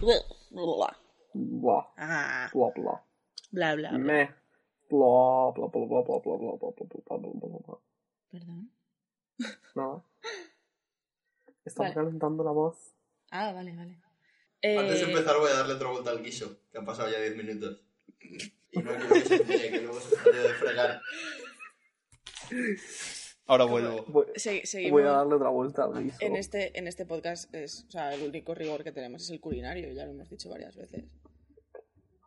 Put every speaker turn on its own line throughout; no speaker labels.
Bla,
Bla,
Ah,
bla, bla.
bla, bla, bla.
Me. Bla, bla, bla, bla, bla, bla, bla, bla, bla, bla, bla, bla, bla, bla.
Perdón.
Nada.
Vale.
Estamos calentando la voz.
Ah, vale, vale.
Antes de
Eh,
empezar voy a darle otra vuelta al guiso, que han pasado ya 10 minutos. Y no quiero que se entere que luego se salió de fregar.
Ahora vuelvo.
Voy,
se- seguimos.
voy a darle otra vuelta al guiso.
En este, en este podcast, es, o sea, el único rigor que tenemos es el culinario, ya lo hemos dicho varias veces.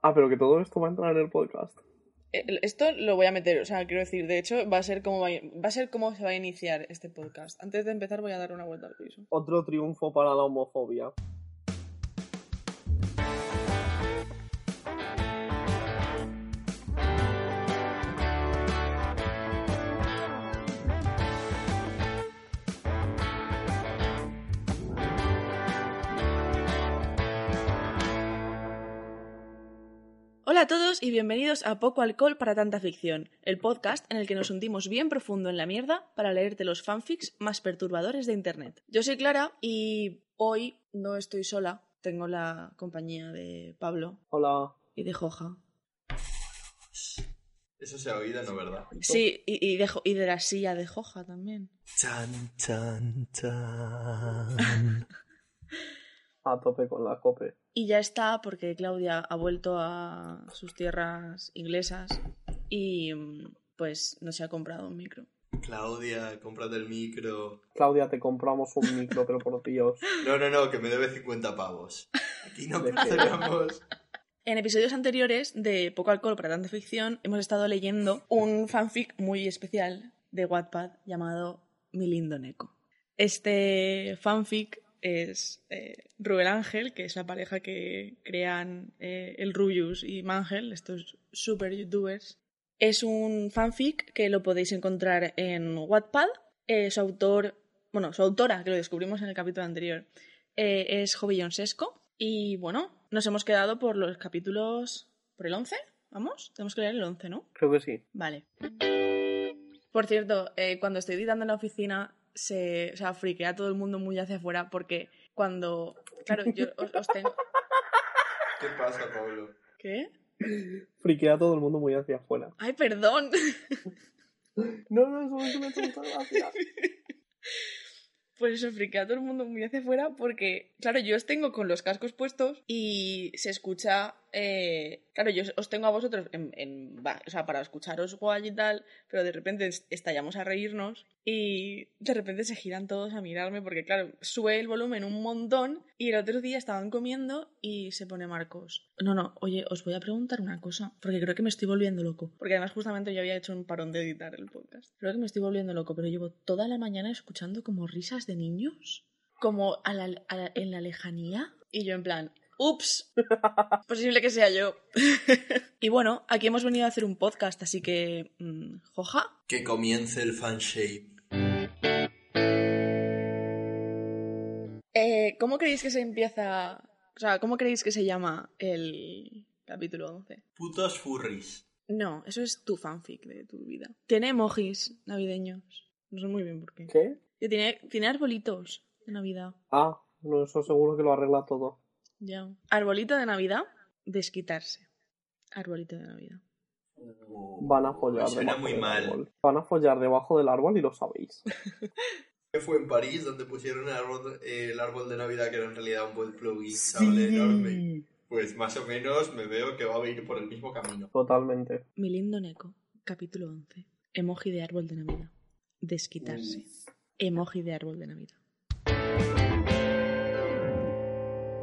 Ah, pero que todo esto va a entrar en el podcast.
Eh, El- Esto lo voy a meter, o sea, quiero decir, de hecho, va a ser como va, va a ser cómo se va a iniciar este podcast. Antes de empezar voy a dar una vuelta al piso.
Otro triunfo para la homofobia.
Hola a todos y bienvenidos a Poco Alcohol para Tanta Ficción, el podcast en el que nos hundimos bien profundo en la mierda para leerte los fanfics más perturbadores de Internet. Yo soy Clara y hoy no estoy sola, tengo la compañía de Pablo
Hola.
y de Joja.
Eso se ha oído, ¿no, verdad?
Sí, y, y de, Jo- y de la silla de Joja también.
Chan, chan, chan.
A tope con la cope.
Y ya está, porque Claudia ha vuelto a sus tierras inglesas y mm, pues no se ha comprado un micro.
Claudia, cómprate el micro.
Claudia, te compramos un micro, pero por Dios.
No, no, no, que me debe 50 pavos. Aquí no
¿De qué?
perdonamos.
En episodios anteriores de Poco Alcohol para Tanta Ficción hemos estado leyendo un fanfic muy especial de Wattpad llamado Mi lindo Neko. Este fanfic es eh, Rubel Ángel, que es la pareja que crean eh, el Rubius y Mangel, estos super youtubers. Es un fanfic que lo podéis encontrar en Wattpad. Eh, su autor, bueno, su autora, que lo descubrimos en el capítulo anterior, eh, es Jovillón Sesco. Y bueno, nos hemos quedado por los capítulos. ¿Por el 11? ¿Vamos? Tenemos que leer el 11, ¿no?
Creo que sí.
Vale. Por cierto, eh, cuando estoy editando en la oficina, se, o sea, friquea a todo el mundo muy hacia afuera porque cuando. Claro, yo os, os tengo.
¿Qué pasa, Pablo?
¿Qué?
Friquea a todo el mundo muy hacia afuera.
¡Ay, perdón!
No, no, eso es una tonta gracia.
Pues eso, friquea a todo el mundo muy hacia afuera porque, claro, yo os tengo con los cascos puestos y se escucha. eh, claro, yo os- os tengo a vosotros en, en ba- o sea, para escucharos guay y tal, pero de repente es- estallamos a reírnos y de repente se giran todos a mirarme porque, claro, sube el volumen un montón y el otro día estaban comiendo y se pone Marcos. No, no, oye, os voy a preguntar una cosa porque creo que me estoy volviendo loco. Porque además justamente yo había hecho un parón de editar el podcast. Creo que me estoy volviendo loco, pero llevo toda la mañana escuchando como risas de niños, como a la- a la- en la lejanía. Y yo en plan, ups, posible que sea yo. y bueno, aquí hemos venido a hacer un podcast, así que, mm, joja.
Que comience el fanshake.
Eh, ¿Cómo creéis que se empieza? O sea, ¿cómo creéis que se llama el capítulo 11?
Putos furries.
No, eso es tu fanfic de tu vida. Tiene emojis navideños. No sé muy bien por qué.
¿Qué?
Y tiene, tiene arbolitos de Navidad.
Ah, no, eso seguro que lo arregla todo.
Ya. Arbolito de Navidad, desquitarse. Arbolito de Navidad.
Van a follar
Pues Suena
debajo
muy
del
mal.
árbol. Van a follar debajo del árbol y lo sabéis.
Que fue en París donde pusieron el árbol, el árbol de Navidad que era en realidad un buen plugin enorme. Pues más o menos me veo que va a venir por el mismo camino.
Totalmente.
Mi lindo Neko, capítulo 11. Emoji de árbol de Navidad. Desquitarse. Emoji de árbol de Navidad.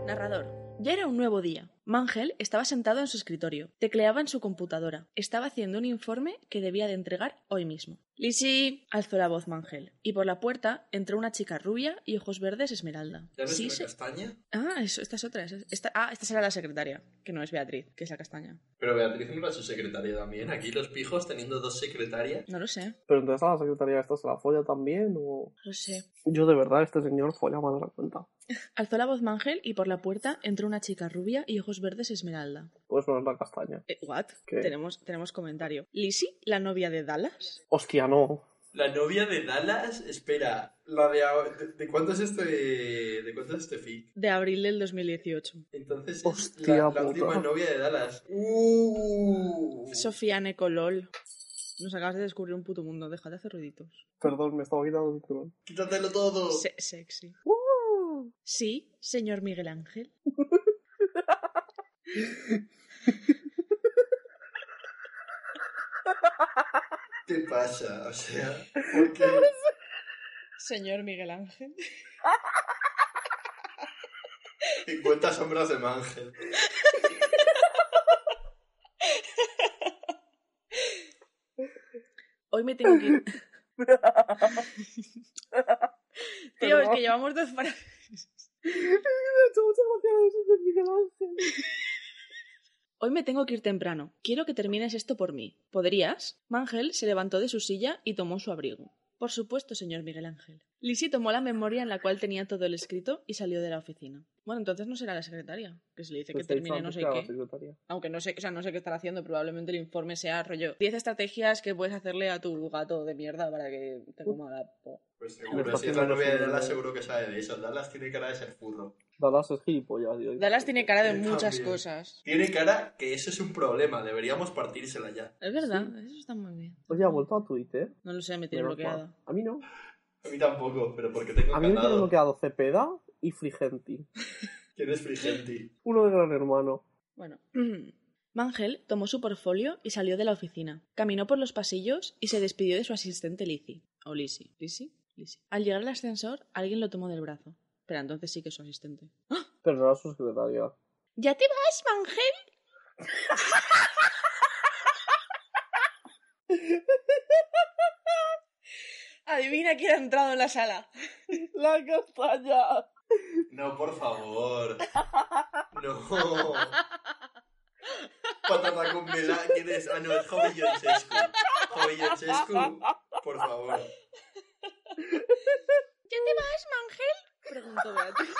Narrador. Ya era un nuevo día. Mangel estaba sentado en su escritorio. Tecleaba en su computadora. Estaba haciendo un informe que debía de entregar hoy mismo. Lisi alzó la voz Mangel. Y por la puerta entró una chica rubia y ojos verdes esmeralda.
¿Ya ves
Sí,
una
se-
castaña?
Ah, eso, esta es otra. esa es- esta- ah, esta será la secretaria, que no es Beatriz, que es la castaña.
Pero Beatriz no era su secretaria también. Aquí los pijos teniendo dos secretarias.
No lo sé,
Pero entonces a la secretaria esta se la folla también o...
no lo sé.
Yo de verdad, este señor folla más de la cuenta.
Alzó la voz Mangel y por la puerta entró una chica rubia y ojos verdes esmeralda.
Pues no es la castaña.
Eh, ¿What?
¿Qué?
Tenemos, tenemos comentario. ¿Lizzie, la novia de Dallas?
Hostia, no.
La novia de Dallas, espera, la de, a- de, de cuánto es este de cuánto es este fic?
De abril del 2018.
Entonces es
Hostia
la, la
puta.
última novia de Dallas. Uh.
Sofía Necolol. Nos acabas de descubrir un puto mundo. Deja de hacer ruiditos.
Perdón, me estaba quitando el cinturón.
Quítatelo todo.
Se- sexy. Sí, señor Miguel Ángel.
¿Qué pasa? O sea, ¿por qué?
Señor Miguel Ángel.
50 sombras de Mangel.
Hoy me tengo que ir. Tío, es que llevamos dos para...
Pues
Hoy me tengo que ir temprano. Quiero que termines esto por mí. ¿Podrías? Mangel se levantó de su silla y tomó su abrigo. Por supuesto, señor Miguel Ángel. Lisi tomó la memoria en la cual tenía todo el escrito y salió de la oficina. Bueno, entonces no será la secretaria, que se le dice
Pues
que termine no sé qué. Aunque no sé, o sea, no sé qué estará haciendo, probablemente el informe sea rollo 10 estrategias que puedes hacerle a tu gato de mierda para que te coma la po-
Pues
Me
seguro,
está
si es la novia de
haciendo
Dallas
una-
seguro que sabe de eso. Dallas tiene cara de ser furro.
Dallas es gilipollas, tío.
Dallas tiene cara de
Yo
muchas
también.
cosas.
Tiene cara que eso es un problema, deberíamos partírsela ya.
Es verdad, eso está muy bien.
Oye, Pues ha vuelto a Twitter.
No lo sé, me tiene
Menos
bloqueado.
mal. A mí no.
A mí tampoco, pero porque tengo
A mí me tiene
ganado.
bloqueado Cepeda y Frigenti.
¿Quién es Frigenti?
Uno de Gran Hermano.
Bueno. Mangel tomó su portfolio y salió de la oficina. Caminó por los pasillos y se despidió de su asistente Lizzie. O Lizzie. ¿Lizzie? Lizzie. Al llegar al ascensor, alguien lo tomó del brazo. Pero entonces sí que es su asistente. ¡Ah!
Pero no era su secretaria.
¿Ya te vas, Mangel? Adivina quién ha entrado en la sala.
¡La castaña!
No, por favor. No. Patata con vela, ¿quién es? Ah, no, es Javi Yonchescu. Javi Yonchescu, por favor.
¿Ya te vas, Mangel? Preguntó Beatriz.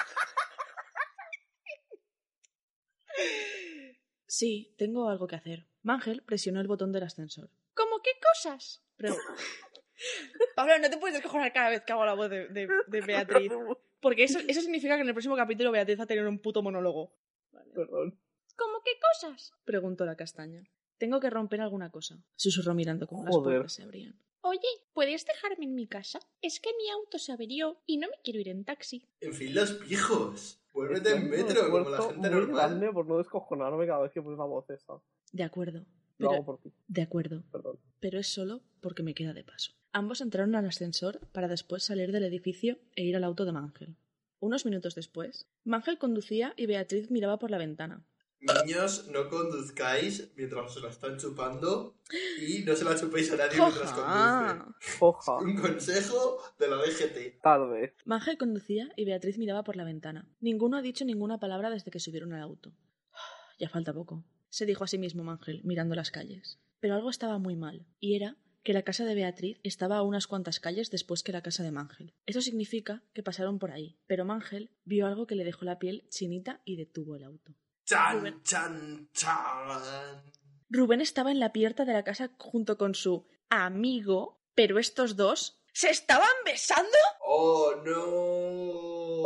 Sí, tengo algo que hacer. Mangel presionó el botón del ascensor. ¿Cómo qué cosas? Pablo, no te puedes descojonar cada vez que hago la voz de, de- de Beatriz. Porque eso, eso significa que en el próximo capítulo Beatriz va a tener un puto monólogo.
Perdón.
¿Cómo qué cosas? preguntó la castaña. Tengo que romper alguna cosa, susurró mirando cómo las
Joder.
puertas se abrían.
Oye, ¿puedes dejarme en mi casa? Es que mi auto se averió y no me quiero ir en taxi.
En fin, los pijos. Vuélvete en
Estoy haciendo
metro,
un
como la
esfuerzo
gente
muy
normal.
grande por no descojonarme cada vez que pones la voz esa.
De acuerdo.
Lo
pero-
hago por ti,
de acuerdo,
perdón.
pero es solo porque me queda de paso. Ambos entraron al ascensor para después salir del edificio e ir al auto de Mangel. Unos minutos después, Mangel conducía y Beatriz miraba por la ventana.
Niños, no conduzcáis mientras os la están chupando y no se la chupéis a nadie mientras conduce.
¡Jojá!
Oja,
Un consejo de la DGT.
tarde.
Mangel conducía y Beatriz miraba por la ventana. Ninguno ha dicho ninguna palabra desde que subieron al auto. Ya falta poco, se dijo a sí mismo Mangel, mirando las calles. Pero algo estaba muy mal, y era que la casa de Beatriz estaba a unas cuantas calles después que la casa de Mangel. Eso significa que pasaron por ahí, pero Mangel vio algo que le dejó la piel chinita y detuvo el auto.
Chan, chan, chan.
Rubén estaba en la pierta de la casa junto con su amigo, pero estos dos se estaban besando.
Oh, no.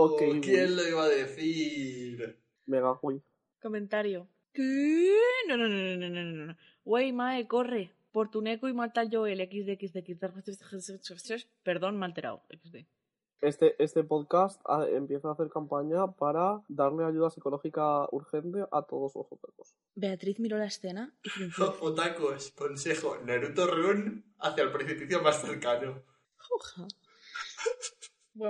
Ok,
¿Quién lo iba a decir?
Mega Wii.
Comentario. ¿Qué? No, no, no, no, no, no, no, no. Wey, mae, corre. Por tu neco y mata yo el XDXDX. Perdón, me he alterado. XD.
Este, este podcast ah, empieza a hacer campaña para darle ayuda psicológica urgente a todos los otros.
Beatriz miró la escena y frunció. el
Otacos, consejo, Naruto Run hacia el precipicio más cercano.
cejo.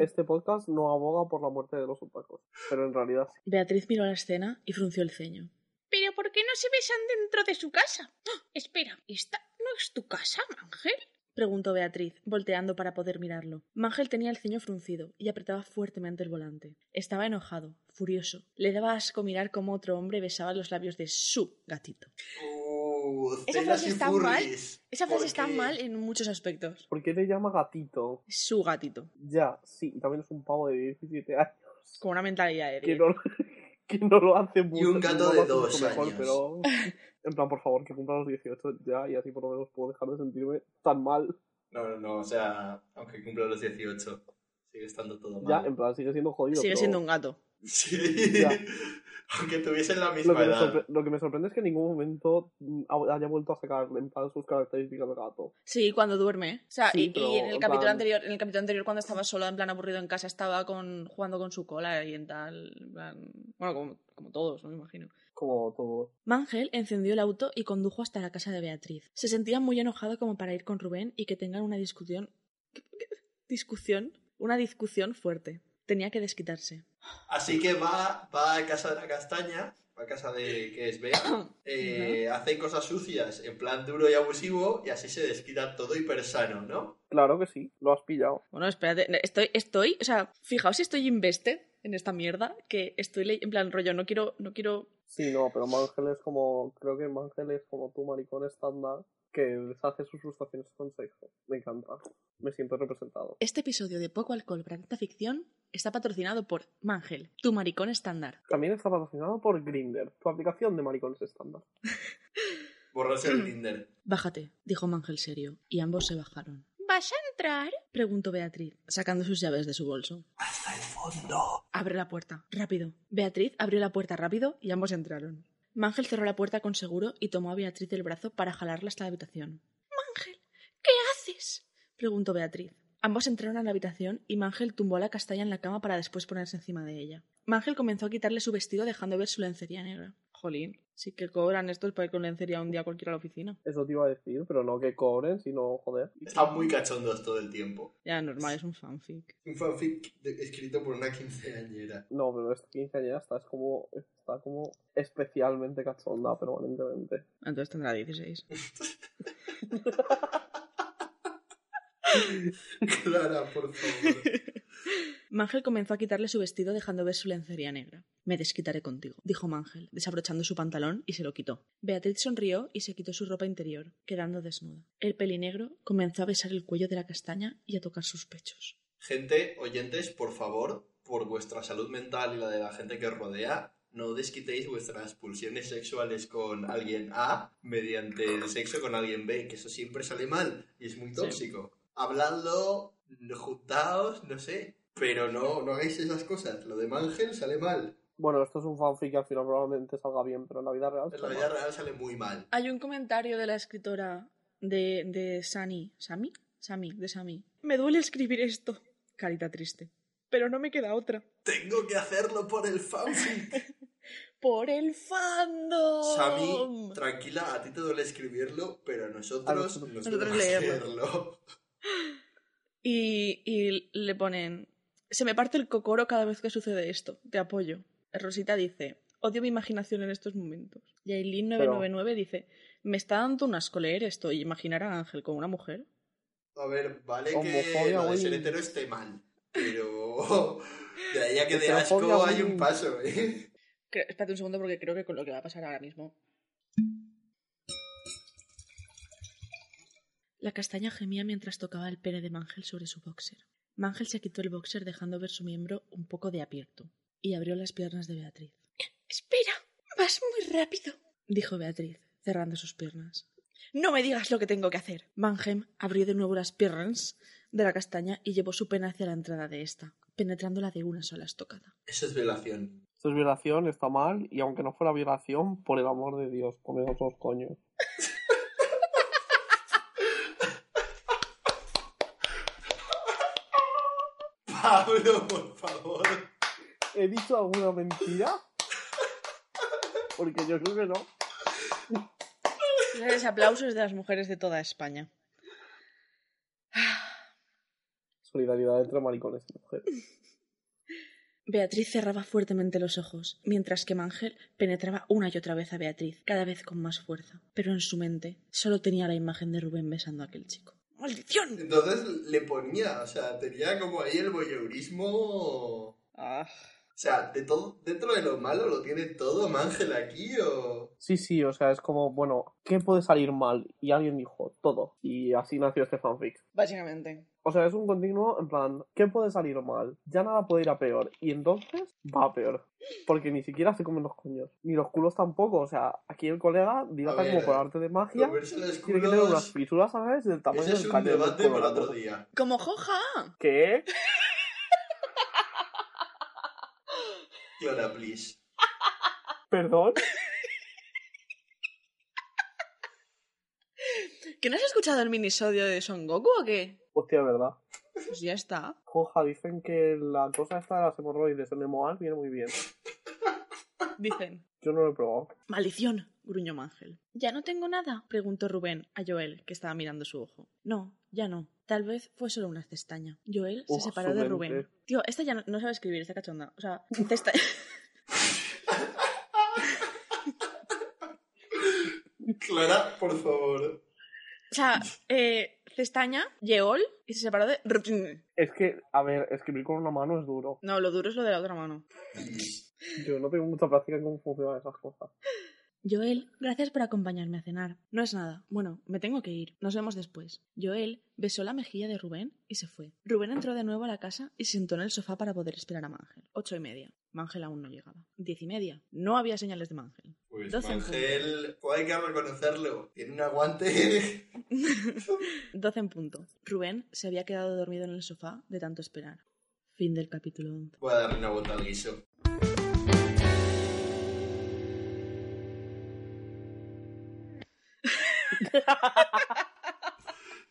Este podcast no aboga por la muerte de los opacos, pero en realidad sí.
Beatriz miró la escena y frunció el ceño.
¿Pero por qué no se besan dentro de su casa? ¡Ah! espera, ¿esta no es tu casa, Ángel?
Preguntó Beatriz, volteando para poder mirarlo. Mangel tenía el ceño fruncido y apretaba fuertemente el volante. Estaba enojado, furioso. Le daba asco mirar cómo otro hombre besaba los labios de su gatito.
Uh,
Esa
cenas
frase
y
está mal.
furries.
Esa
¿Por
frase está
qué?
mal en muchos aspectos.
¿Por qué le llama gatito?
Su gatito.
Ya, sí, y también es un pavo de 17 años.
con una mentalidad de
Que
diez.
no, que no lo hace mucho.
un gato
no lo
de
hace
dos
mucho
años.
pero... En plan, por favor, que cumpla los 18 ya y así por lo menos puedo dejar de sentirme tan mal.
No, no, no, o sea, aunque cumpla los 18, sigue estando todo
Ya,
mal.
en plan, sigue siendo jodido.
Sigue
pero
siendo un gato.
Sí,
Ya.
aunque tuviesen la
Lo
misma
que, me
edad.
sorpre- lo que me sorprende es que en ningún momento mm, ha- haya vuelto a sacar en plan sus características de gato.
Sí, cuando duerme. O sea,
Sí,
y,
pero,
y en el
en
capítulo
plan-
anterior, en el capítulo anterior cuando estaba solo, en plan aburrido en casa, estaba con jugando con su cola y en tal, en plan- bueno, como, como todos, no me imagino.
Como todo.
Mangel encendió el auto y condujo hasta la casa de Beatriz. Se sentía muy enojado como para ir con Rubén y que tengan una discusión... ¿Discusión? Una discusión fuerte. Tenía que desquitarse.
Así que va, va a casa de la castaña, va a casa de que es Bea, eh, hace cosas sucias en plan duro y abusivo y así se desquita todo hipersano, ¿no?
Claro que sí, lo has pillado.
Bueno, espérate, estoy, estoy, o sea, fijaos si estoy invested en esta mierda, que estoy le- en plan rollo, no quiero, no quiero...
Sí, no, pero Mangel es como. Creo que Mangel es como tu maricón estándar que deshace sus frustraciones con sexo. Me encanta. Me siento representado.
Este episodio de Poco Alcohol Planeta Ficción está patrocinado por Mangel, tu maricón estándar.
También está patrocinado por Grinder, tu aplicación de maricones estándar.
Borrarse el Tinder.
Bájate, dijo Mangel serio, y ambos se bajaron.
¿Vas a entrar?
Preguntó Beatriz, sacando sus llaves de su bolso.
Hasta el fondo.
Abre la puerta, rápido. Beatriz abrió la puerta rápido y ambos entraron. Mangel cerró la puerta con seguro y tomó a Beatriz del brazo para jalarla hasta la habitación.
Ángel, ¿qué haces?
Preguntó Beatriz. Ambos entraron a la habitación y Mangel tumbó a la castaña en la cama para después ponerse encima de ella. Mangel comenzó a quitarle su vestido dejando ver su lencería negra.
Jolín, sí que cobran estos para ir con lencería un día cualquiera a la oficina.
Eso te iba a decir, pero no que cobren, sino joder.
Están muy cachondos todo el tiempo.
Ya, normal, es un fanfic.
Un fanfic de- escrito por una quinceañera.
No, pero esta quinceañera está, es como, está como especialmente cachonda permanentemente.
Entonces tendrá 16.
Clara, por favor.
Mangel comenzó a quitarle su vestido dejando ver su lencería negra. Me desquitaré contigo, dijo Mangel, desabrochando su pantalón y se lo quitó. Beatriz sonrió y se quitó su ropa interior, quedando desnuda. El pelinegro comenzó a besar el cuello de la castaña y a tocar sus pechos.
Gente, oyentes, por favor, por vuestra salud mental y la de la gente que os rodea, no desquitéis vuestras pulsiones sexuales con alguien A mediante el sexo con alguien B, que eso siempre sale mal y es muy tóxico. Habladlo, juntaos, no sé, pero no, no hagáis esas cosas. Lo de Mangel sale mal.
Bueno, esto es un fanfic que al final probablemente salga bien, pero en la vida real.
En la
está
vida
mal.
real sale muy mal.
Hay un comentario de la escritora de, de Sani. ¿Sami? Sami, de Sami. Me duele escribir esto. Carita triste. Pero no me queda otra.
Tengo que hacerlo por el fanfic.
¡Por el fandom!
Sami, tranquila, a ti te duele escribirlo, pero a
A
nosotros
nosotros-
nos
nosotros
duele
leerlo.
hacerlo.
Y, y le ponen, se me parte el cocoro cada vez que sucede esto, te apoyo. Rosita dice, odio mi imaginación en estos momentos. Y Aileen999 dice, me está dando un asco leer esto y imaginar a Ángel con una mujer.
A ver, vale que
Homofobia,
lo de ser
bullying.
hetero esté mal, pero de ahí a que de
Heterofobia,
asco hay un
bullying.
paso, ¿eh?
Cre- espérate un segundo porque creo que con lo que va a pasar ahora mismo...
La castaña gemía mientras tocaba el pene de Mangel sobre su boxer. Mangel se quitó el boxer dejando ver su miembro un poco de abierto y abrió las piernas de Beatriz.
Espera, vas muy rápido.
dijo Beatriz, cerrando sus piernas. No me digas lo que tengo que hacer. Mangem abrió de nuevo las piernas de la castaña y llevó su pene hacia la entrada de esta, penetrándola de una sola estocada.
Eso es violación.
Esto es violación, está mal, y aunque no fuera violación, por el amor de Dios, poned otros coños.
Pablo, por favor.
¿He dicho alguna mentira? Porque yo creo que no.
Los aplausos de las mujeres de toda España.
Solidaridad entre maricones y mujeres.
Beatriz cerraba fuertemente los ojos, mientras que Mangel penetraba una y otra vez a Beatriz, cada vez con más fuerza. Pero en su mente solo tenía la imagen de Rubén besando a aquel chico.
¡Maldición!
Entonces le ponía, o sea, tenía como ahí el voyeurismo
Ah,
O sea, de todo, dentro de lo malo lo tiene todo Mangel aquí o...
Sí, sí, o sea, es como, bueno, ¿qué puede salir mal? Y alguien dijo, todo. Y así nació este fanfic.
Básicamente.
O sea, es un continuo en plan, ¿qué puede salir mal? Ya nada puede ir a peor. Y entonces va a peor. Porque ni siquiera se comen los coños. Ni los culos tampoco. O sea, aquí el colega dilata
ver,
como por arte de magia.
Comerse los
Tiene que tener
culos.
unas fisuras, ¿sabes? Del tamaño
Ese es
del
un
cañón del
debate para
colorado.
otro día.
Como Joja.
¿Qué?
Clara, please.
¿Perdón?
¿Que no has escuchado el minisodio de Son Goku o qué?
Hostia, ¿verdad?
Pues ya está.
Joja, dicen que la cosa esta de las hemorroides en el Moal viene muy bien.
Dicen.
Yo no lo he probado.
Maldición, gruñó Mangel. ¿Ya no tengo nada? preguntó Rubén a Joel, que estaba mirando su ojo. No, ya no. Tal vez fue solo una cestaña. Joel se
Uf,
separó
su
de
mente.
Rubén. Tío, esta ya no, no sabe escribir, esta cachonda. O sea, cesta-
Clara, por favor.
o sea eh, cestaña, Yeol, y se separó de...
Es que, a ver, escribir con una mano es duro.
No, lo duro es lo de la otra mano.
Yo no tengo mucha práctica en cómo funcionan esas cosas.
Joel, gracias por acompañarme a cenar. No es nada. Bueno, me tengo que ir. Nos vemos después. Joel besó la mejilla de Rubén y se fue. Rubén entró de nuevo a la casa y se sentó en el sofá para poder esperar a Mangel. Ocho y media. Mangel aún no llegaba. Diez y media. No había señales de Mangel.
Pues
Doce en
Mangel, pues hay que reconocerlo. Tiene un aguante.
Doce en punto. Rubén se había quedado dormido en el sofá de tanto esperar. Fin del capítulo 11.
Voy a darle una vuelta al guiso.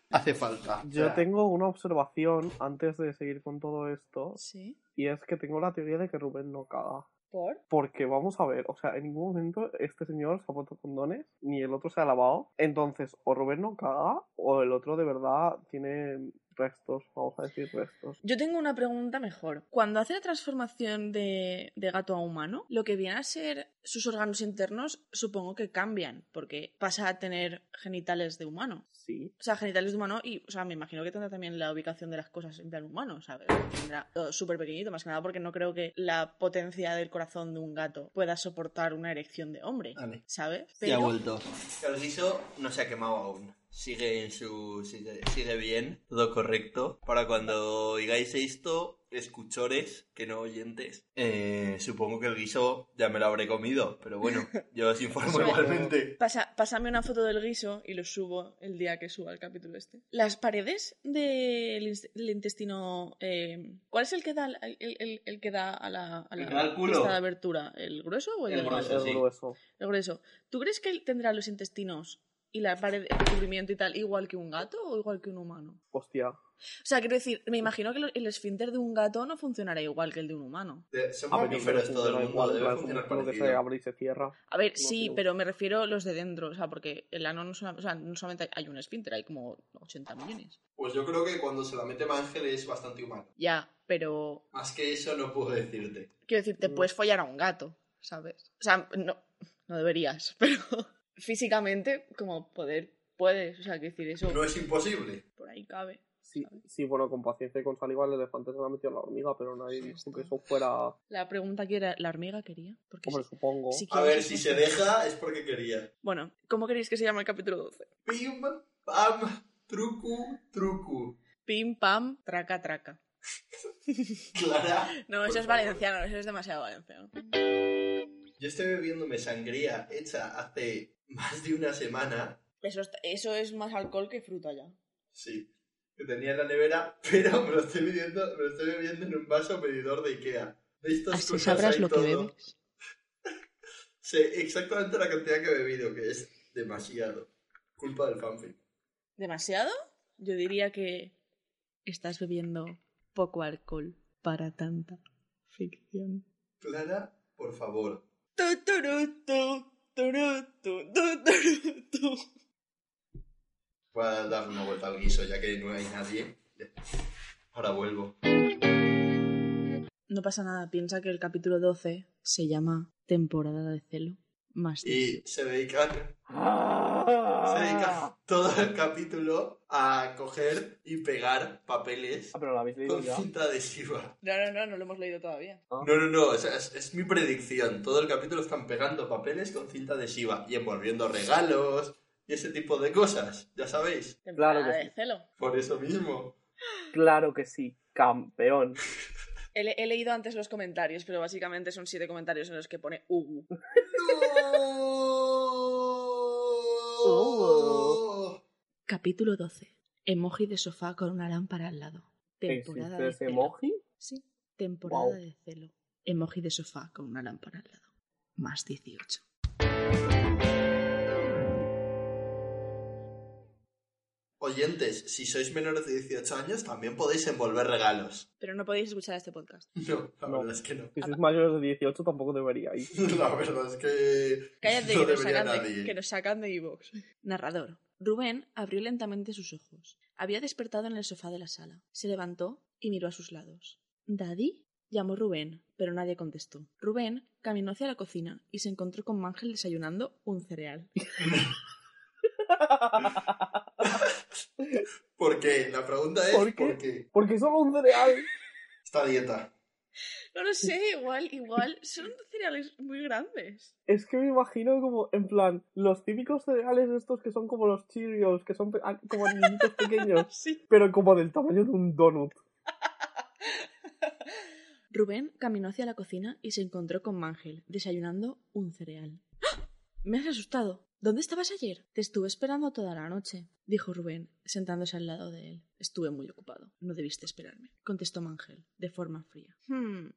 Hace falta.
Yo
O sea,
tengo una observación antes de seguir con todo esto.
Sí.
Y es que tengo la teoría de que Rubén no caga.
¿Por?
Porque vamos a ver, o sea, en ningún momento este señor se ha puesto condones, ni el otro se ha lavado. Entonces, o Rubén no caga, o el otro de verdad tiene restos, vamos a decir restos.
Yo tengo una pregunta mejor. Cuando hace la transformación de, de gato a humano, lo que viene a ser sus órganos internos supongo que cambian, porque pasa a tener genitales de humano.
Sí.
O sea, genitales de humano y, o sea, me imagino que tendrá también la ubicación de las cosas en plan humano, ¿sabes? Tendrá todo súper pequeñito, más que nada porque no creo que la potencia del corazón de un gato pueda soportar una erección de hombre,
Vale.
¿sabes?
ha
Pero
vuelto.
El guiso no se ha quemado aún. Sigue en su. Sigue, sigue bien, todo correcto. Para cuando digáis esto, escuchores, que no oyentes, eh, supongo que el guiso ya me lo habré comido, pero bueno, yo os informo igualmente.
pasa, pásame una foto del guiso y lo subo el día que suba el capítulo este. Las paredes del ins- del intestino... eh, ¿Cuál es el que da, al- el, el- el que da a la, a
El
la
que da al culo.
pista de abertura? ¿El grueso o el,
El
delgado?
grueso.
Es
sí.
grueso.
El grueso. ¿Tú crees que él tendrá los intestinos y la pared de cubrimiento y tal igual que un gato o igual que un humano?
Hostia.
Ah,
O sea, quiero decir, me imagino que lo- el esfínter de un gato no funcionará igual que el de un humano.
De- Son
A ver, Ah, pero
mamíferos todo el
funciona
mundo,
igual, en
debe
plan,
funcionar
como lo que se
parecido.
abre y se cierra.
A ver,
No
sí,
creo.
pero me refiero a los de dentro, o sea, porque el ano no, sola- o sea, no solamente hay un esfínter, hay como 80 millones.
Pues yo creo que cuando se la mete Ángel es bastante humano.
Ya, pero
Más que eso no puedo decirte.
quiero decir, te
No.
puedes follar a un gato, ¿sabes? O sea, no, no deberías, pero físicamente, como poder, puedes, o sea, quiero decir, eso
No es imposible.
por ahí cabe.
Sí, sí, bueno, con paciencia y con saliva el elefante se la ha metido la hormiga, pero nadie dijo que eso fuera...
La pregunta que era, ¿la hormiga quería? Porque
Hombre,
si-
supongo.
si
A
quieres-
ver, si se deja es porque quería.
Bueno, ¿cómo queréis que se llame el capítulo 12?
Pim, pam, trucu, trucu.
Pim, pam, traca, traca.
Clara.
No, eso
por
es
favor.
valenciano, eso es demasiado valenciano.
Yo estoy bebiéndome sangría hecha hace más de una semana,
Eso, está- eso es más alcohol que fruta ya.
sí, que tenía en la nevera, pero me lo estoy bebiendo, me lo estoy bebiendo en un vaso medidor de Ikea. De estas
Así
cosas
sabrás
hay
lo que
todo.
bebes.
Sé exactamente la cantidad que he bebido, que es demasiado. Culpa del fanfic.
¿Demasiado? Yo diría que estás bebiendo poco alcohol para tanta ficción.
Clara, por favor.
Tu, turu, tu, turu, tu, tu, turu, tu.
Voy a dar una vuelta al guiso, ya que no hay nadie. Ahora vuelvo.
No pasa nada, piensa que el capítulo 12 se llama Temporada de celo más
Y se dedican Se dedica todo el capítulo a coger y pegar papeles
Ah, pero la habéis leído
con
ya.
cinta adhesiva.
No, no, no, no lo hemos leído todavía.
No, no, no, o sea, es, es mi predicción. Todo el capítulo están pegando papeles con cinta adhesiva y envolviendo regalos y ese tipo de cosas, ya sabéis.
Temporada
Claro que
de celo.
Por eso mismo.
Claro que sí, campeón.
He, le- he leído antes los comentarios, pero básicamente son siete comentarios en los que pone Ugu.
¡No!
Capítulo 12. Emoji de sofá con una lámpara al lado. Temporada
¿Existe
de
ese
celo.
emoji?
Sí, temporada
Guau.
de celo. Emoji de sofá con una lámpara al lado. Más 18.
Oyentes, si sois menores de 18 años, también podéis envolver regalos.
Pero no podéis escuchar este podcast.
No, la
No.
verdad es que no.
Si sois mayores de 18 tampoco deberíais.
La verdad es que.
Cállate
no
que, nos
debería
sacan de,
nadie.
que nos sacan de iVoox.
Narrador. Rubén abrió lentamente sus ojos. Había despertado en el sofá de la sala. Se levantó y miró a sus lados. ¿Daddy? Llamó Rubén, pero nadie contestó. Rubén caminó hacia la cocina y se encontró con Mangel desayunando un cereal.
¿Por qué? La pregunta es:
¿Por qué?
¿por qué?
Porque solo un cereal.
Esta dieta.
No lo sé, igual, igual. Son cereales muy grandes.
Es que me imagino como, en plan, los típicos cereales estos que son como los Cheerios, que son pe- ah, como anillitos pequeños,
Sí.
pero como del tamaño de un donut.
Rubén caminó hacia la cocina y se encontró con Mangel, desayunando un cereal. ¡Ah! Me has asustado. ¿Dónde estabas ayer? Te estuve esperando toda la noche, dijo Rubén, sentándose al lado de él. Estuve muy ocupado. No debiste esperarme, contestó Mangel, de forma fría. Hmm,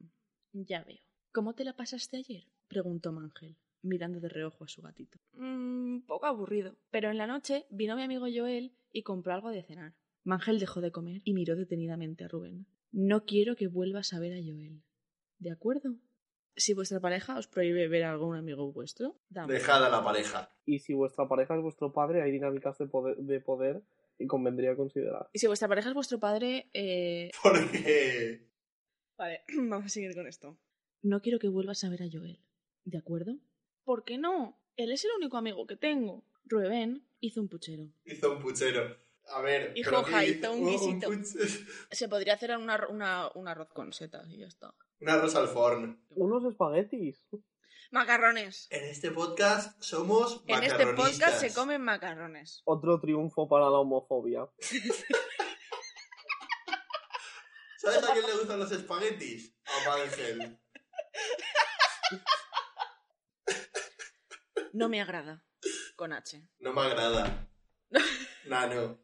ya veo. ¿Cómo te la pasaste ayer? preguntó Mangel, mirando de reojo a su gatito. Un Hmm, poco aburrido. Pero en la noche vino mi amigo Joel y compró algo de cenar. Mangel dejó de comer y miró detenidamente a Rubén. No quiero que vuelvas a ver a Joel. ¿De acuerdo? Si vuestra pareja os prohíbe ver a algún amigo vuestro, dame.
Dejada la pareja.
Y si vuestra pareja es vuestro padre, hay dinámicas de poder, de poder y convendría considerar.
Y si vuestra pareja es vuestro padre, eh,
Porque.
Vale, vamos a seguir con esto.
no quiero que vuelvas a ver a Joel. ¿De acuerdo?
¿Por qué no? Él es el único amigo que tengo.
Rubén hizo un puchero.
Hizo un puchero. A ver.
Hijo,
creo que
ja, hizo un guisito.
puchero-
Se podría hacer una, ro- una- un arroz con setas y ya está.
Una rosa al forno.
Unos espaguetis.
Macarrones.
En este podcast somos
En este podcast
macarronistas.
se comen macarrones.
Otro triunfo para la homofobia.
¿Sabes a quién le gustan los espaguetis? A Mangel.
No me agrada. Con H.
No me agrada. Nano.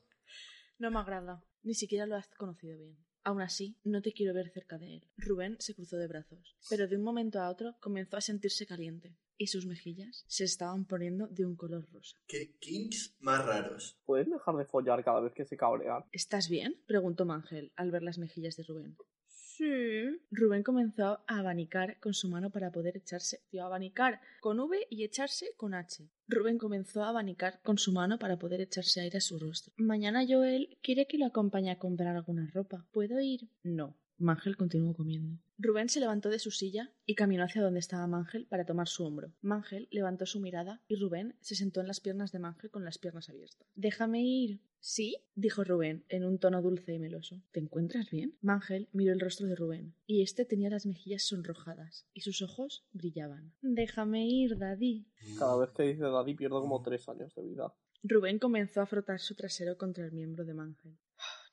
No me agrada. Ni siquiera lo has conocido bien. Aún así, no te quiero ver cerca de él. Rubén se cruzó de brazos, pero de un momento a otro comenzó a sentirse caliente y sus mejillas se estaban poniendo de un color rosa.
¿Qué kinks más raros?
¿Pueden dejar de follar cada vez que se cabrean?
¿Estás bien? preguntó Mangel al ver las mejillas de Rubén.
Sí.
Rubén comenzó a abanicar con su mano para poder echarse. Tío, abanicar con V y echarse con H. Rubén comenzó a abanicar con su mano para poder echarse aire a su rostro. Mañana Joel quiere que lo acompañe a comprar alguna ropa. ¿Puedo ir? No. Mangel continuó comiendo. Rubén se levantó de su silla y caminó hacia donde estaba Mangel para tomar su hombro. Mangel levantó su mirada y Rubén se sentó en las piernas de Mangel con las piernas abiertas. Déjame ir. ¿Sí? dijo Rubén en un tono dulce y meloso. ¿Te encuentras bien? Mangel miró el rostro de Rubén, y éste tenía las mejillas sonrojadas, y sus ojos brillaban. Déjame ir, Daddy.
Cada vez que dice Daddy pierdo como tres años de vida.
Rubén comenzó a frotar su trasero contra el miembro de Mangel.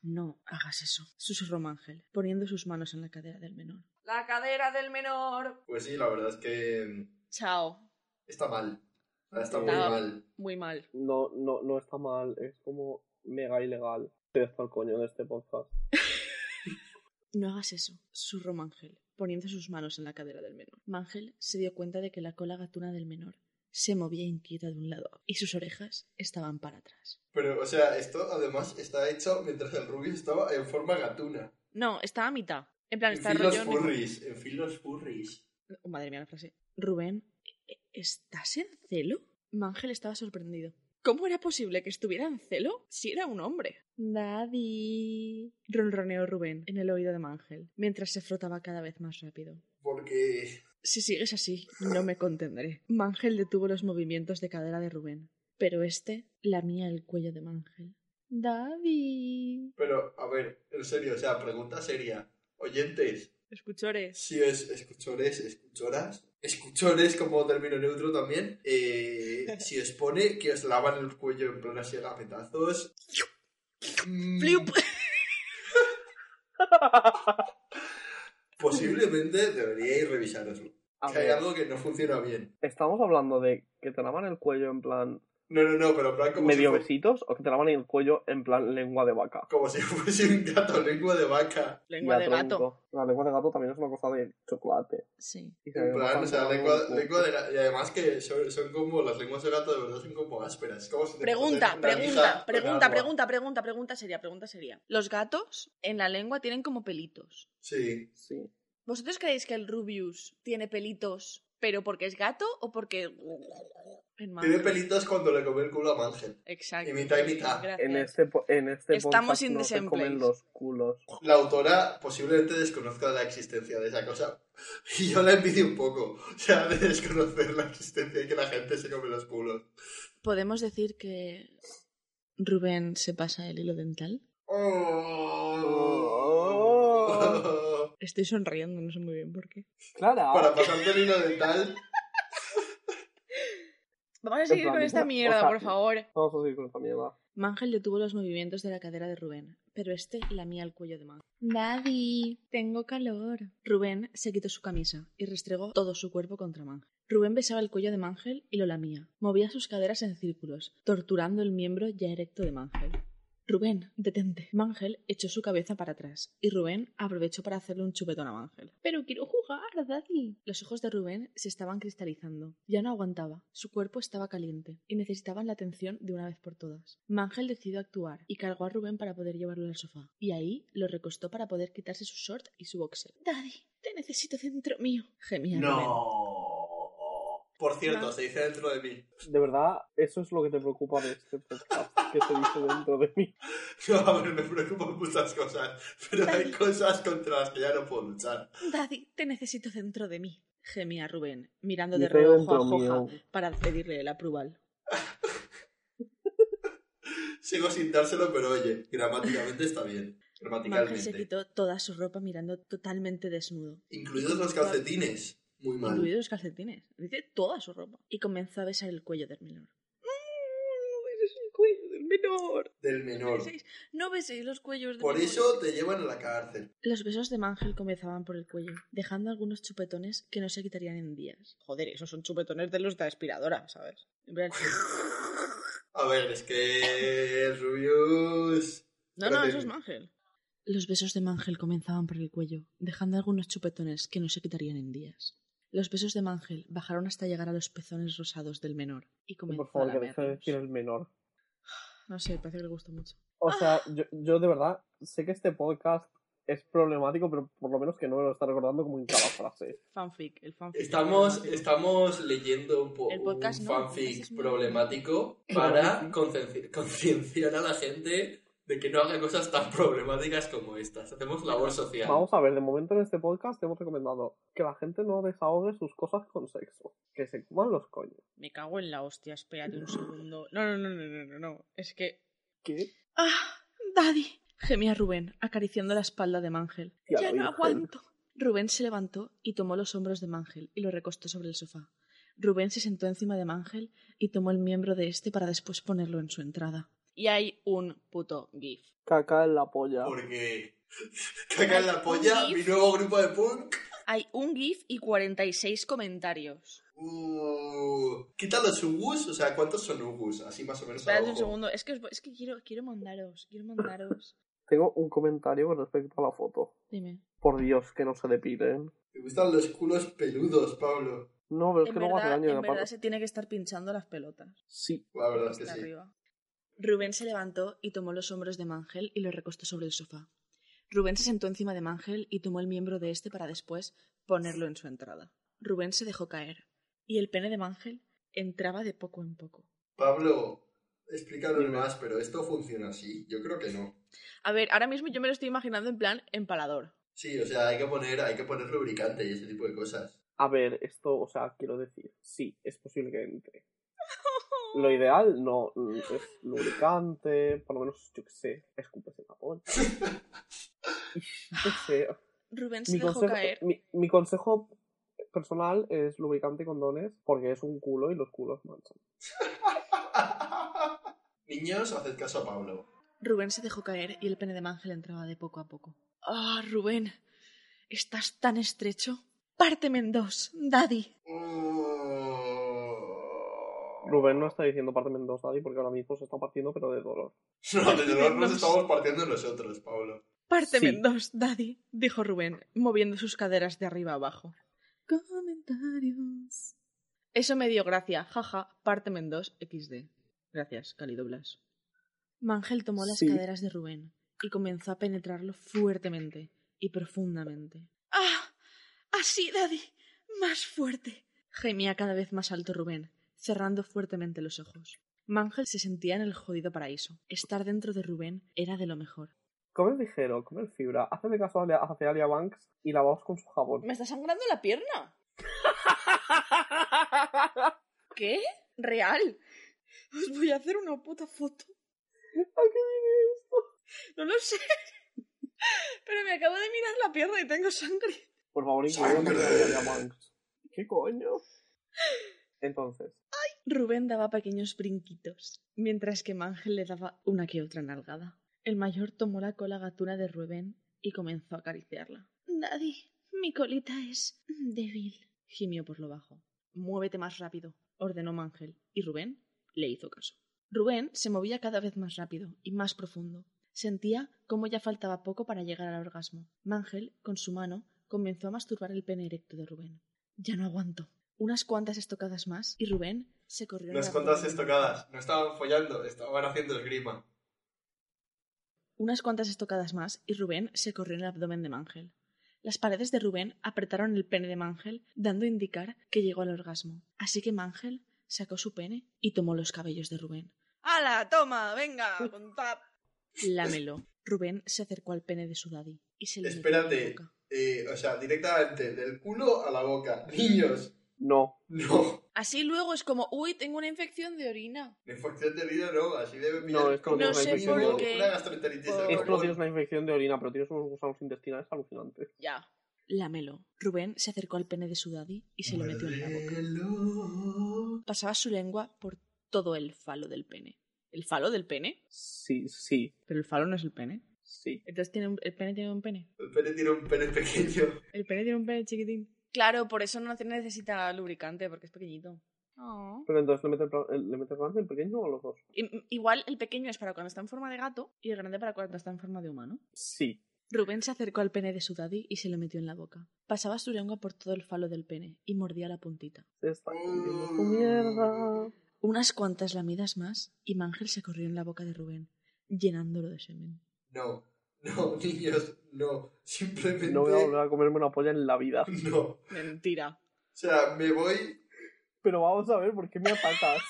No hagas eso, susurró Mangel, poniendo sus manos en la cadera del menor.
La cadera del menor.
Pues sí, la verdad es que mm,
Chao.
está mal. Ah, Está muy
Está-
mal.
Muy mal.
No, no, no está mal, es como mega ilegal. Estoy hasta el coño de este podcast.
No hagas eso, susurró Mangel, poniendo sus manos en la cadera del menor. Mangel se dio cuenta de que la cola gatuna del menor se movía inquieta de un lado a otro, y sus orejas estaban para atrás.
Pero, o sea, esto además está hecho mientras el rubio estaba en forma gatuna.
No, está a mitad. En plan,
En
está
fin los
rollo.
furries, en fin los furries.
Oh, madre mía la frase. Rubén, ¿e- ¿estás en celo? Mangel estaba sorprendido.
¿Cómo era posible que estuviera en celo si era un hombre?
Daddy. Ronroneó Rubén en el oído de Mangel, mientras se frotaba cada vez más rápido.
Porque
Si sigues así, no me contendré. Mangel detuvo los movimientos de cadera de Rubén Pero este lamía el cuello de Mangel. David.
Pero, a ver, en serio, o sea, pregunta seria. Oyentes,
Escuchores.
si es escuchores, escuchoras, escuchores como término neutro también, eh, si os pone que os lavan el cuello en plan así a mm, petazos.
Fliup.
Posiblemente deberíais revisaroslo.
A
Que hay
ver,
algo que no funciona bien.
Estamos hablando de que te lavan el cuello en plan
No, no, no, pero en plan como,
medio
si, fue-
besitos o que te lavan el cuello en plan lengua de vaca.
como si fuese un gato lengua de vaca.
Lengua
Y a
de
tronco.
gato.
La lengua de gato también es una cosa de chocolate.
Sí.
Y se
En
ve
plan, o
bastante
sea,
largo
lengua,
el cuerpo.
lengua de ga- Y además que son, son como. Las lenguas de gato de verdad son como ásperas. Como si te
Pregunta,
ponen una
pregunta,
lija con
pregunta,
agua.
pregunta, pregunta, pregunta sería, pregunta sería. Los gatos en la lengua tienen como pelitos.
Sí.
Sí.
¿Vosotros creéis que el Rubius tiene pelitos, pero porque es gato o porque... En Mangel?
Tiene pelitos cuando le come el culo a Mangel.
Exacto.
Y mitad y mitad.
Gracias.
En este, po- en este
Estamos
podcast
in
no
the
se
same
comen
place.
los culos.
La autora posiblemente desconozca la existencia de esa cosa. Y yo la envidio un poco. O sea, de desconocer la existencia y que la gente se come los culos.
¿Podemos decir que Rubén se pasa el hilo dental?
Oh.
Estoy sonriendo, no sé muy bien por qué.
Clara.
Para pasarte el hilo dental.
Vamos a seguir
En plan,
con esta
o
mierda,
sea,
por favor.
Vamos a seguir con esta mierda.
Mangel detuvo los movimientos de la cadera de Rubén, pero este lamía el cuello de Mangel. Daddy, tengo calor. Rubén se quitó su camisa y restregó todo su cuerpo contra Mangel. Rubén besaba el cuello de Mangel y lo lamía. Movía sus caderas en círculos, torturando el miembro ya erecto de Mangel. Rubén, detente. Mangel echó su cabeza para atrás y Rubén aprovechó para hacerle un chupetón a Mangel. Pero quiero jugar, Daddy. Los ojos de Rubén se estaban cristalizando. Ya no aguantaba. Su cuerpo estaba caliente y necesitaban la atención de una vez por todas. Mangel decidió actuar y cargó a Rubén para poder llevarlo al sofá. Y ahí lo recostó para poder quitarse su short y su boxer. Daddy, te necesito dentro mío. Gemía Rubén.
No. Por cierto, se dice dentro de mí.
De verdad, eso es lo que te preocupa de este podcast que se dice dentro de mí.
No, a ver, me preocupan muchas cosas. Pero hay cosas contra las que ya no puedo luchar.
Daddy, te necesito dentro de mí. Gemía Rubén, mirando de
Dice
reojo
dentro
a Joja
mío.
para pedirle el apruebal.
Sigo sin dárselo, pero oye, gramáticamente está bien.
Mangel se
Gramaticalmente.
quitó toda su ropa mirando totalmente desnudo,
Incluidos los calcetines. Muy mal.
incluidos los calcetines. Dice toda su ropa. Y comenzó a besar el cuello del menor.
es el cuello del menor.
Del menor.
No beséis los cuellos de
Por eso te llevan a la cárcel.
Los besos de Mangel comenzaban por el cuello, dejando algunos chupetones que no se quitarían en días.
Joder, esos son chupetones de los de aspiradora, ¿sabes? En plan,
A ver, es que el Rubius.
No, no,
Espérate.
eso es Mangel.
Los besos de Mangel comenzaban por el cuello, dejando algunos chupetones que no se quitarían en días. Los besos de Mangel bajaron hasta llegar a los pezones rosados del menor y comenzó
Por favor,
a
que deje de decir
lamerlos.
el menor.
No sé, parece que le gustó mucho.
O
Ah.
sea, yo, yo de verdad sé que este podcast es problemático, pero por lo menos que no me lo está recordando como en cada frase.
Fanfic, el fanfic.
Estamos,
problemático.
estamos leyendo un, po-
El podcast
un
no, el podcast
fanfic
es muy-
problemático
Sí.
para concenci- concienciar a la gente de que no haga cosas tan problemáticas como estas. Hacemos labor social.
Vamos a ver, de momento en este podcast hemos recomendado que la gente no desahogue sus cosas con sexo, que se coman los coños.
Me cago en la hostia, espérate un segundo. No, no, no, no, no, no, no. Es que...
¿Qué?
¡Ah! ¡Daddy! gemía Rubén, acariciando la espalda de Mangel.
Tía,
¡Ya
lo
no
dije.
aguanto! Rubén se levantó y tomó los hombros de Mangel y lo recostó sobre el sofá. Rubén se sentó encima de Mangel y tomó el miembro de este para después ponerlo en su entrada.
Y hay un puto gif.
Caca en la polla.
Porque. Caca en la polla,
Ay,
mi nuevo grupo de punk.
Hay un gif y 46 comentarios.
Uh, quita los ugus, o sea, ¿cuántos son ugus? Así más o menos.
Oh.
a
Espérate un
ojo.
segundo. Es que, os- es que quiero, quiero mandaros, quiero mandaros.
Tengo un comentario con respecto a la foto.
Dime.
Por Dios, que no se depilen.
Me gustan los culos peludos, Pablo.
No, pero es
En
que luego hace
verdad,
daño en
en
la
verdad
parte.
se tiene que estar pinchando las pelotas.
Sí.
La verdad es que
Está
sí.
arriba.
Rubén se levantó y tomó los hombros de Mangel y los recostó sobre el sofá. Rubén se sentó encima de Mangel y tomó el miembro de este para después ponerlo en su entrada. Rubén se dejó caer y el pene de Mangel entraba de poco en poco.
Pablo, explícanos más, pero ¿esto funciona así? Yo creo que no.
A ver, ahora mismo yo me lo estoy imaginando en plan empalador.
Sí, o sea, hay que poner, hay que poner lubricante y ese tipo de cosas.
A ver, esto, o sea, quiero decir, sí, es posible que entre. Lo ideal no mm, es lubricante, por lo menos yo qué sé, escupes el jabón. Y yo qué sé,
Rubén se
mi
dejó
consejo,
caer.
mi- mi consejo personal es lubricante y condones porque es un culo y los culos manchan.
Niños, haced caso a Pablo.
Rubén se dejó caer y el pene de Mangel entraba de poco a poco. ¡Ah, Rubén! Estás tan estrecho. Párteme en dos, Daddy.
Rubén no está diciendo parte dos Daddy porque ahora mismo se está partiendo pero de dolor.
No, de dolor nos estamos partiendo nosotros, Pablo.
Párteme
Sí.
en dos, Daddy, dijo Rubén, moviendo sus caderas de arriba abajo. Comentarios. Eso me dio gracia, jaja, párteme en dos, XD. Gracias, Calidoblas. Mangel tomó las
Sí.
caderas de Rubén y comenzó a penetrarlo fuertemente y profundamente. ¡Ah! ¡Así, Daddy! ¡Más fuerte! Gemía cada vez más alto Rubén, cerrando fuertemente los ojos. Mangel se sentía en el jodido paraíso. Estar dentro de Rubén era de lo mejor.
Comer ligero, comer fibra, hacedle caso a Alia- hacia Alia Banks y lavaos con su jabón.
Me está sangrando la pierna. ¿Qué? ¿Real? Os voy a hacer una puta foto.
¿A qué viene esto?
No lo sé. Pero me acabo de mirar la pierna y tengo sangre.
Por favor, incluye una foto de Alia Banks. ¿Qué coño? Entonces,
Rubén daba pequeños brinquitos, mientras que Mangel le daba una que otra nalgada. El mayor tomó la cola gatuna de Rubén y comenzó a acariciarla.
Daddy, mi colita es débil.
Gimió por lo bajo. Muévete más rápido, ordenó Mangel, y Rubén le hizo caso. Rubén se movía cada vez más rápido y más profundo. Sentía como ya faltaba poco para llegar al orgasmo. Mangel, con su mano, comenzó a masturbar el pene erecto de Rubén. Ya no aguanto. Unas cuantas estocadas más y Rubén se corrió. en
Unas
el
cuantas
abdomen.
estocadas. No estaban follando, estaban haciendo esgrima.
Unas cuantas estocadas más y Rubén se corrió en el abdomen de Mangel. Las paredes de Rubén apretaron el pene de Mangel, dando a indicar que llegó al orgasmo. Así que Mangel sacó su pene y tomó los cabellos de Rubén.
¡Hala, toma, venga, contad!
Lámelo. Rubén se acercó al pene de su daddy y se le metió en la
Espérate.
boca.
eh, o sea, directamente del culo a la boca. Niños,
no.
no.
Así luego es como, uy, tengo una infección de orina.
De infección de vida no, así debe pillar
No, es
como
porque
No sé
infección
por
de Oh. orina.
qué.
una gastroenteritis
Por-
de
Es que no
carbón.
tienes una infección de orina, pero tienes unos gusanos intestinales alucinantes.
Ya.
Lámelo. Rubén se acercó al pene de su daddy y se lo metió en la boca.
Muérdelo.
Pasaba su lengua por todo el falo del pene. ¿El falo del pene?
Sí, sí,
Pero el falo no es el pene.
sí.
Entonces tiene un- el pene tiene un pene.
El pene tiene un pene pequeño.
El pene tiene un pene chiquitín.
Claro, por eso no te necesita lubricante, porque es pequeñito.
Oh.
Pero entonces le metes, pla- le metes grande el pequeño o los dos.
I- Igual el pequeño es para cuando está en forma de gato y el grande para cuando está en forma de humano.
Sí.
Rubén se acercó al pene de su daddy y se lo metió en la boca. Pasaba su lengua por todo el falo del pene y mordía la puntita.
Se está comiendo tu mierda.
Unas cuantas lamidas más y Mangel se corrió en la boca de Rubén, llenándolo de semen.
No, no, niños, no. Simplemente.
No voy a volver a comerme una polla en la vida.
No. O
Mentira.
sea, me voy.
Pero vamos a ver por qué me atacas.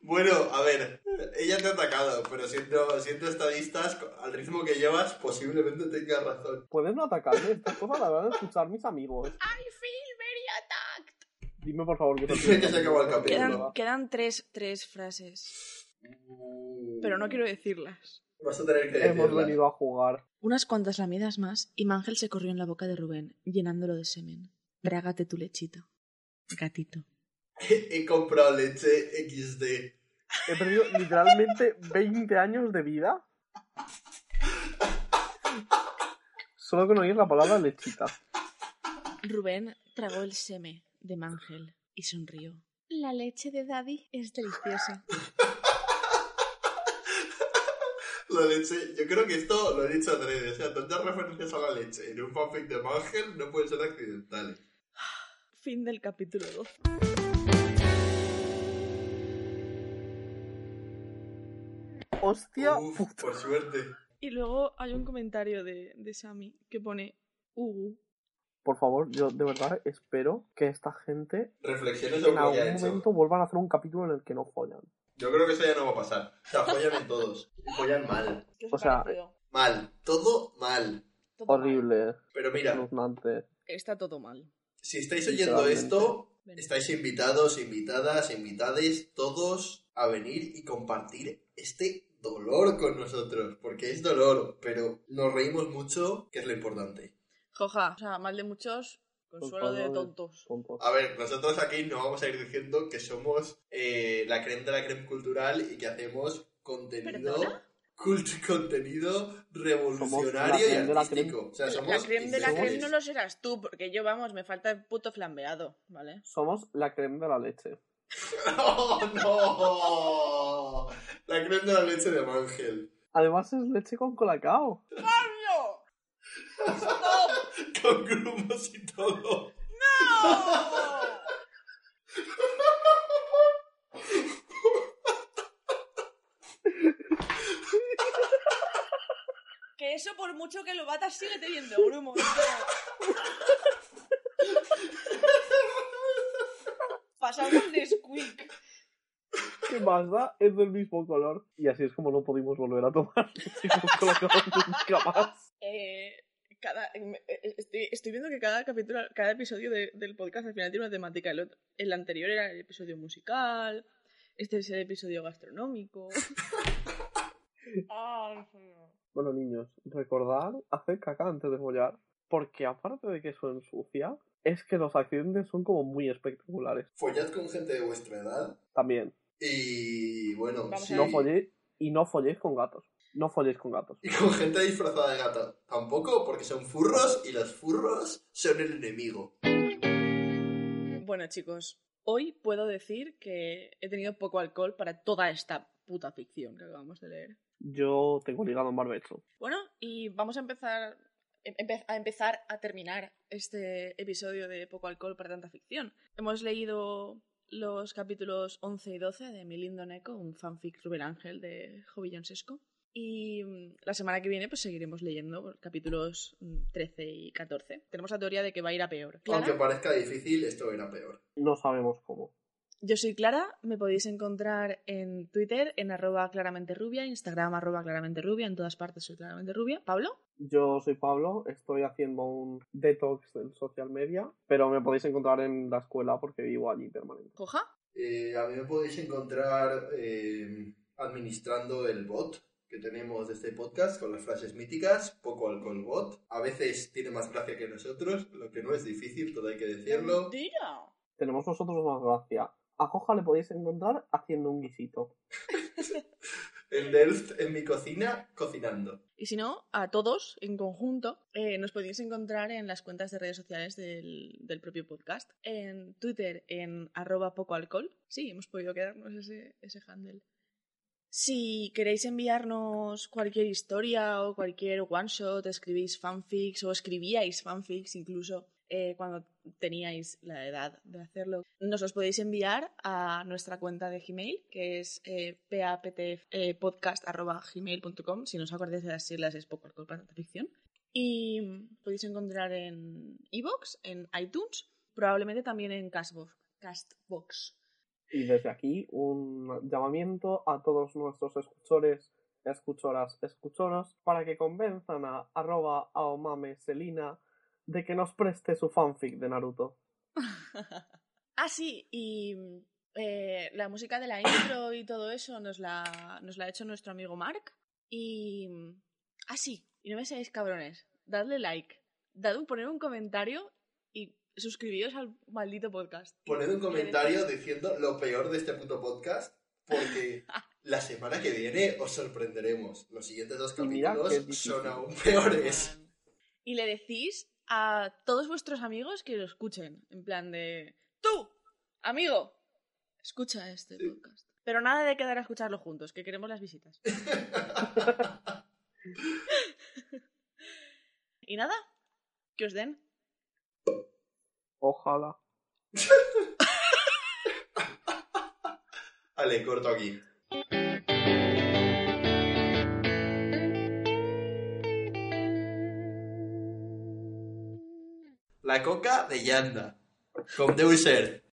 Bueno, a ver, ella te ha atacado, pero siendo, siendo estadistas, al ritmo que llevas, posiblemente tengas razón.
Puedes no atacarme, estas cosas las van a escuchar mis amigos.
I feel very attacked.
Dime por favor que te
Dime que se acabó el capítulo.
Quedan, quedan tres, tres frases, pero no quiero decirlas.
Vas a tener que
Hemos
decirla.
venido a jugar.
Unas cuantas lamidas más y Mangel se corrió en la boca de Rubén, llenándolo de semen. Trágate tu lechita. Gatito.
He comprado leche XD.
He perdido literalmente 20 años de vida. Solo con oír la palabra lechita.
Rubén tragó el seme de Mangel y sonrió.
La leche de Daddy es deliciosa.
La leche, yo creo que esto lo he dicho adrede, o sea, tantas referencias a la leche en un fanfic de Mangel no pueden ser accidentales.
Fin del capítulo 2.
Hostia,
Uf, por suerte.
Y luego hay un comentario de, de Sami que pone Ugu.
Por favor, yo de verdad espero que esta gente
Reflexiones sobre
en
lo que ha
algún
hecho.
momento vuelvan a hacer un capítulo en el que no follan.
Yo creo que eso ya no va a pasar. O sea, follan en todos. Y follan mal.
¿Qué os
O
ha
sea,
parecido?
Mal. Todo mal.
Todo mal.
Horrible,
Pero mira,
espeluznante.
Está todo mal.
si estáis oyendo esto,
Venid.
Estáis invitados, invitadas, invitades, todos a venir y compartir este dolor con nosotros, porque es dolor, pero nos reímos mucho, que es lo importante.
Joja, o sea, mal de muchos, consuelo de
Consuelo de-
tontos.
Tonto.
A ver, nosotros aquí no vamos a ir diciendo que somos eh, la creme de la creme cultural y que hacemos contenido...
¿Perdona?
cult- contenido
Somos la
revolucionario y
creme de la
artístico. O sea,
La,
somos
creme de la
diferentes.
creme no lo serás tú, porque yo, vamos, me falta el puto flambeado, ¿vale?
Somos la creme de la leche.
¡No, no! La crema de la leche de Mangel.
Además es leche con colacao.
¡Pablo! ¡Stop!
Con grumos y todo.
Que eso, por mucho que lo batas, sigue teniendo grumo. tío. Pasamos de squeak.
¿Qué más da? Es del mismo color. Y así es como no pudimos volver a tomar leche con colacao nunca más.
Eh, cada, eh, estoy, estoy viendo que cada capítulo, cada episodio de- del podcast al final tiene una temática. El, otro- el anterior era el episodio musical, este es el episodio gastronómico.
Bueno, niños, recordad hacer caca antes de follar. Porque aparte de que eso ensucia, es que los accidentes son como muy espectaculares.
Follad con gente de vuestra edad.
También.
Y bueno,
Vamos
sí.
a
No folléis y no folléis con gatos. No folléis con gatos.
Y con gente disfrazada de gato. Tampoco, porque son furros y los furros son el enemigo.
Bueno, chicos, hoy puedo decir que he tenido poco alcohol para toda esta puta ficción que acabamos de leer.
Yo tengo ligado un barbecho.
Bueno, y vamos a empezar em-, empe- a empezar a terminar este episodio de Poco Alcohol para Tanta Ficción. Hemos leído los capítulos 11 y 12 de Mi Lindo Neko, un fanfic Rubén Ángel de Jovillón Sesco. Y mm, la semana que viene pues seguiremos leyendo capítulos mm, 13 y 14. Tenemos la teoría de que va a ir a peor. Clara,
Aunque parezca difícil, esto era peor.
No sabemos cómo.
Yo soy Clara, me podéis encontrar en Twitter, en arroba claramente rubia, Instagram arroba claramente rubia, en todas partes soy claramente rubia. ¿Pablo?
Yo soy Pablo, estoy haciendo un detox en social media, pero me podéis encontrar en la escuela porque vivo allí permanente.
¿Coja?
Eh, a mí me podéis encontrar eh, administrando el bot que tenemos de este podcast con las frases míticas, poco alcohol bot. A veces tiene más gracia que nosotros, lo que no es difícil, todo hay que decirlo.
¡Mentira!
Tenemos nosotros más gracia. A Coja le podéis encontrar haciendo un guisito.
En Delft, en mi cocina, cocinando.
Y si no, a todos en conjunto eh, nos podéis encontrar en las cuentas de redes sociales del, del propio podcast. En Twitter, en arroba poco alcohol. Sí, hemos podido quedarnos ese, ese handle. Si queréis enviarnos cualquier historia o cualquier one shot, escribís fanfics o escribíais fanfics incluso eh, cuando teníais la edad de hacerlo, nos los podéis enviar a nuestra cuenta de Gmail, que es eh, paptfpodcast.gmail.com. Si no os acordáis de las siglas, es poco alcohol para tanta ficción. Y mm, podéis encontrar en iBox, en iTunes, probablemente también en Castbox. Castbox.
Y desde aquí un llamamiento a todos nuestros escuchores, escuchoras, escuchoros, para que convenzan a arroba aomame selina de que nos preste su fanfic de Naruto.
Ah, sí, y mm, eh, la música de la intro y todo eso nos la, nos la ha hecho nuestro amigo Mark. Y. mm, Ah, sí, y no me seáis cabrones. Dadle like, dad un, poned un comentario y suscribíos al maldito podcast.
Poned un
Y-
comentario diciendo lo peor de este puto podcast, porque la semana que viene os sorprenderemos. Los siguientes dos
Y mira que es
capítulos
difícil.
son aún peores.
Y le decís a todos vuestros amigos que lo escuchen. En plan de. ¡Tú! Amigo, escucha este podcast. Pero nada de quedar a escucharlo juntos, que queremos las visitas. Y nada, que os den.
Ojalá.
Ale, corto aquí. La coca de Yanda. Con Deuser.